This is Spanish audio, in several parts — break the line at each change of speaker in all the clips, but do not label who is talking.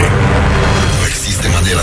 No existe manera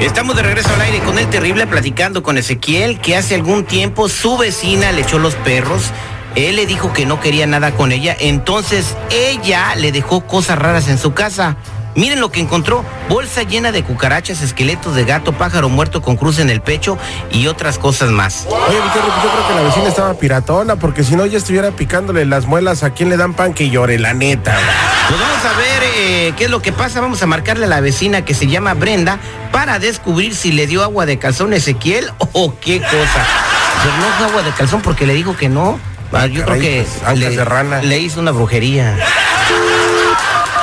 Estamos de regreso al aire con el terrible platicando con Ezequiel, que hace algún tiempo su vecina le echó los perros. Él le dijo que no quería nada con ella, entonces ella le dejó cosas raras en su casa. Miren lo que encontró, bolsa llena de cucarachas, esqueletos de gato, pájaro muerto con cruz en el pecho y otras cosas más.
Oye, Víctor, yo creo que la vecina estaba piratona, porque si no ya estuviera picándole las muelas a quien le dan pan que llore, la neta.
Pues vamos a ver eh, qué es lo que pasa, vamos a marcarle a la vecina que se llama Brenda para descubrir si le dio agua de calzón a Ezequiel o qué cosa. Pero no fue agua de calzón porque le dijo que no. Ah, Yo creo
caray,
que
pues, ancas de rana.
le, le hizo una brujería.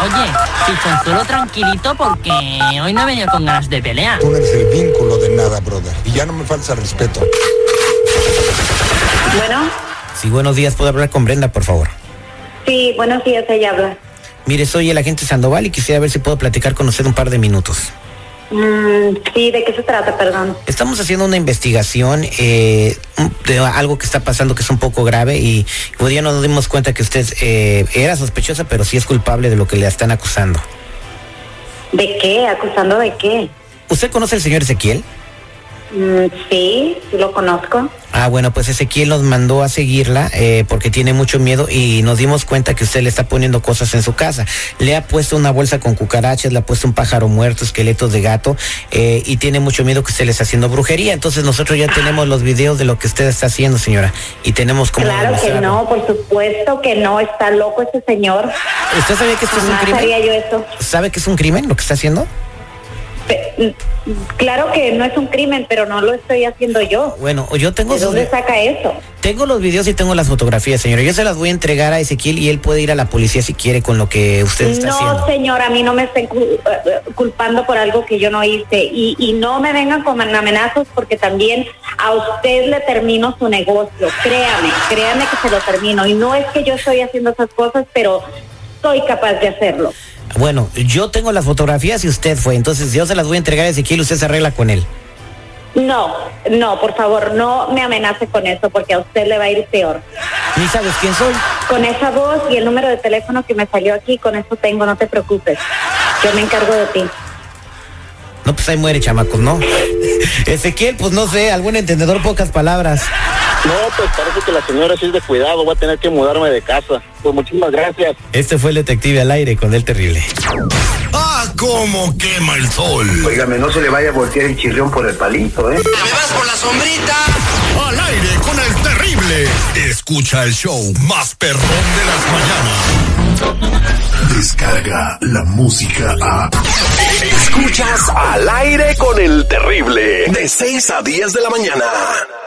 Oye, si consuelo tranquilito porque hoy no he venido con ganas de pelear.
Tú no eres el vínculo de nada, brother. Y ya no me falta respeto.
Bueno,
Sí, buenos días, ¿puedo hablar con Brenda, por favor?
sí, buenos días, ella habla.
Mire, soy el agente Sandoval y quisiera ver si puedo platicar con usted un par de minutos.
Mm, sí, ¿de qué se trata, perdón?
Estamos haciendo una investigación eh, de algo que está pasando que es un poco grave y bueno, ya nos dimos cuenta que usted eh, era sospechosa, pero sí es culpable de lo que le están acusando.
¿De qué? ¿Acusando de qué?
¿Usted conoce al señor Ezequiel?
Mm, sí, sí lo conozco.
Ah, bueno, pues Ezequiel nos mandó a seguirla eh, porque tiene mucho miedo y nos dimos cuenta que usted le está poniendo cosas en su casa. Le ha puesto una bolsa con cucarachas, le ha puesto un pájaro muerto, esqueletos de gato eh, y tiene mucho miedo que usted le está haciendo brujería. Entonces nosotros ya tenemos los videos de lo que usted está haciendo, señora, y tenemos como...
claro que no, por supuesto que no, está loco ese señor.
¿Usted sabía que esto es un
Jamás haría
crimen?
yo eso.
¿Sabe que es un crimen lo que está haciendo?
Pe- mm, claro que no es un crimen, pero no lo estoy haciendo yo.
Bueno, yo tengo
¿De
sus-
dónde saca eso?
Tengo los videos y tengo las fotografías, señora. Yo se las voy a entregar a Ezequiel y él puede ir a la policía si quiere con lo que usted está haciendo.
No, señor, a mí no me estén cul- eh, eh, culpando por algo que yo no hice. Y, y no me vengan con amenazas porque también a usted le termino su negocio. Créame, créame que se lo termino. Y no es que yo estoy haciendo esas cosas, pero soy capaz de hacerlo.
Bueno, yo tengo las fotografías y usted fue, entonces yo se las voy a entregar a Ezequiel y usted se arregla con él.
No, no, por favor, no me amenace con eso porque a usted le va a ir peor.
Ni sabes quién soy.
Con esa voz y el número de teléfono que me salió aquí, con eso tengo, no te preocupes. Yo me encargo de ti.
No, pues ahí muere, chamacos, ¿no? Ezequiel, pues no sé, algún entendedor, pocas palabras.
No, pues parece que la señora sí es de cuidado, voy a tener que mudarme de casa. Pues muchísimas gracias.
Este fue el detective al aire con el terrible.
¡Ah, cómo quema el sol!
Óigame, no se le vaya a voltear el chirrión por el palito, ¿eh?
¡Me vas por la sombrita! ¡Al aire con el terrible! Escucha el show más perrón de las mañanas.
Descarga la música a. Escuchas al aire con el terrible. De 6 a 10 de la mañana.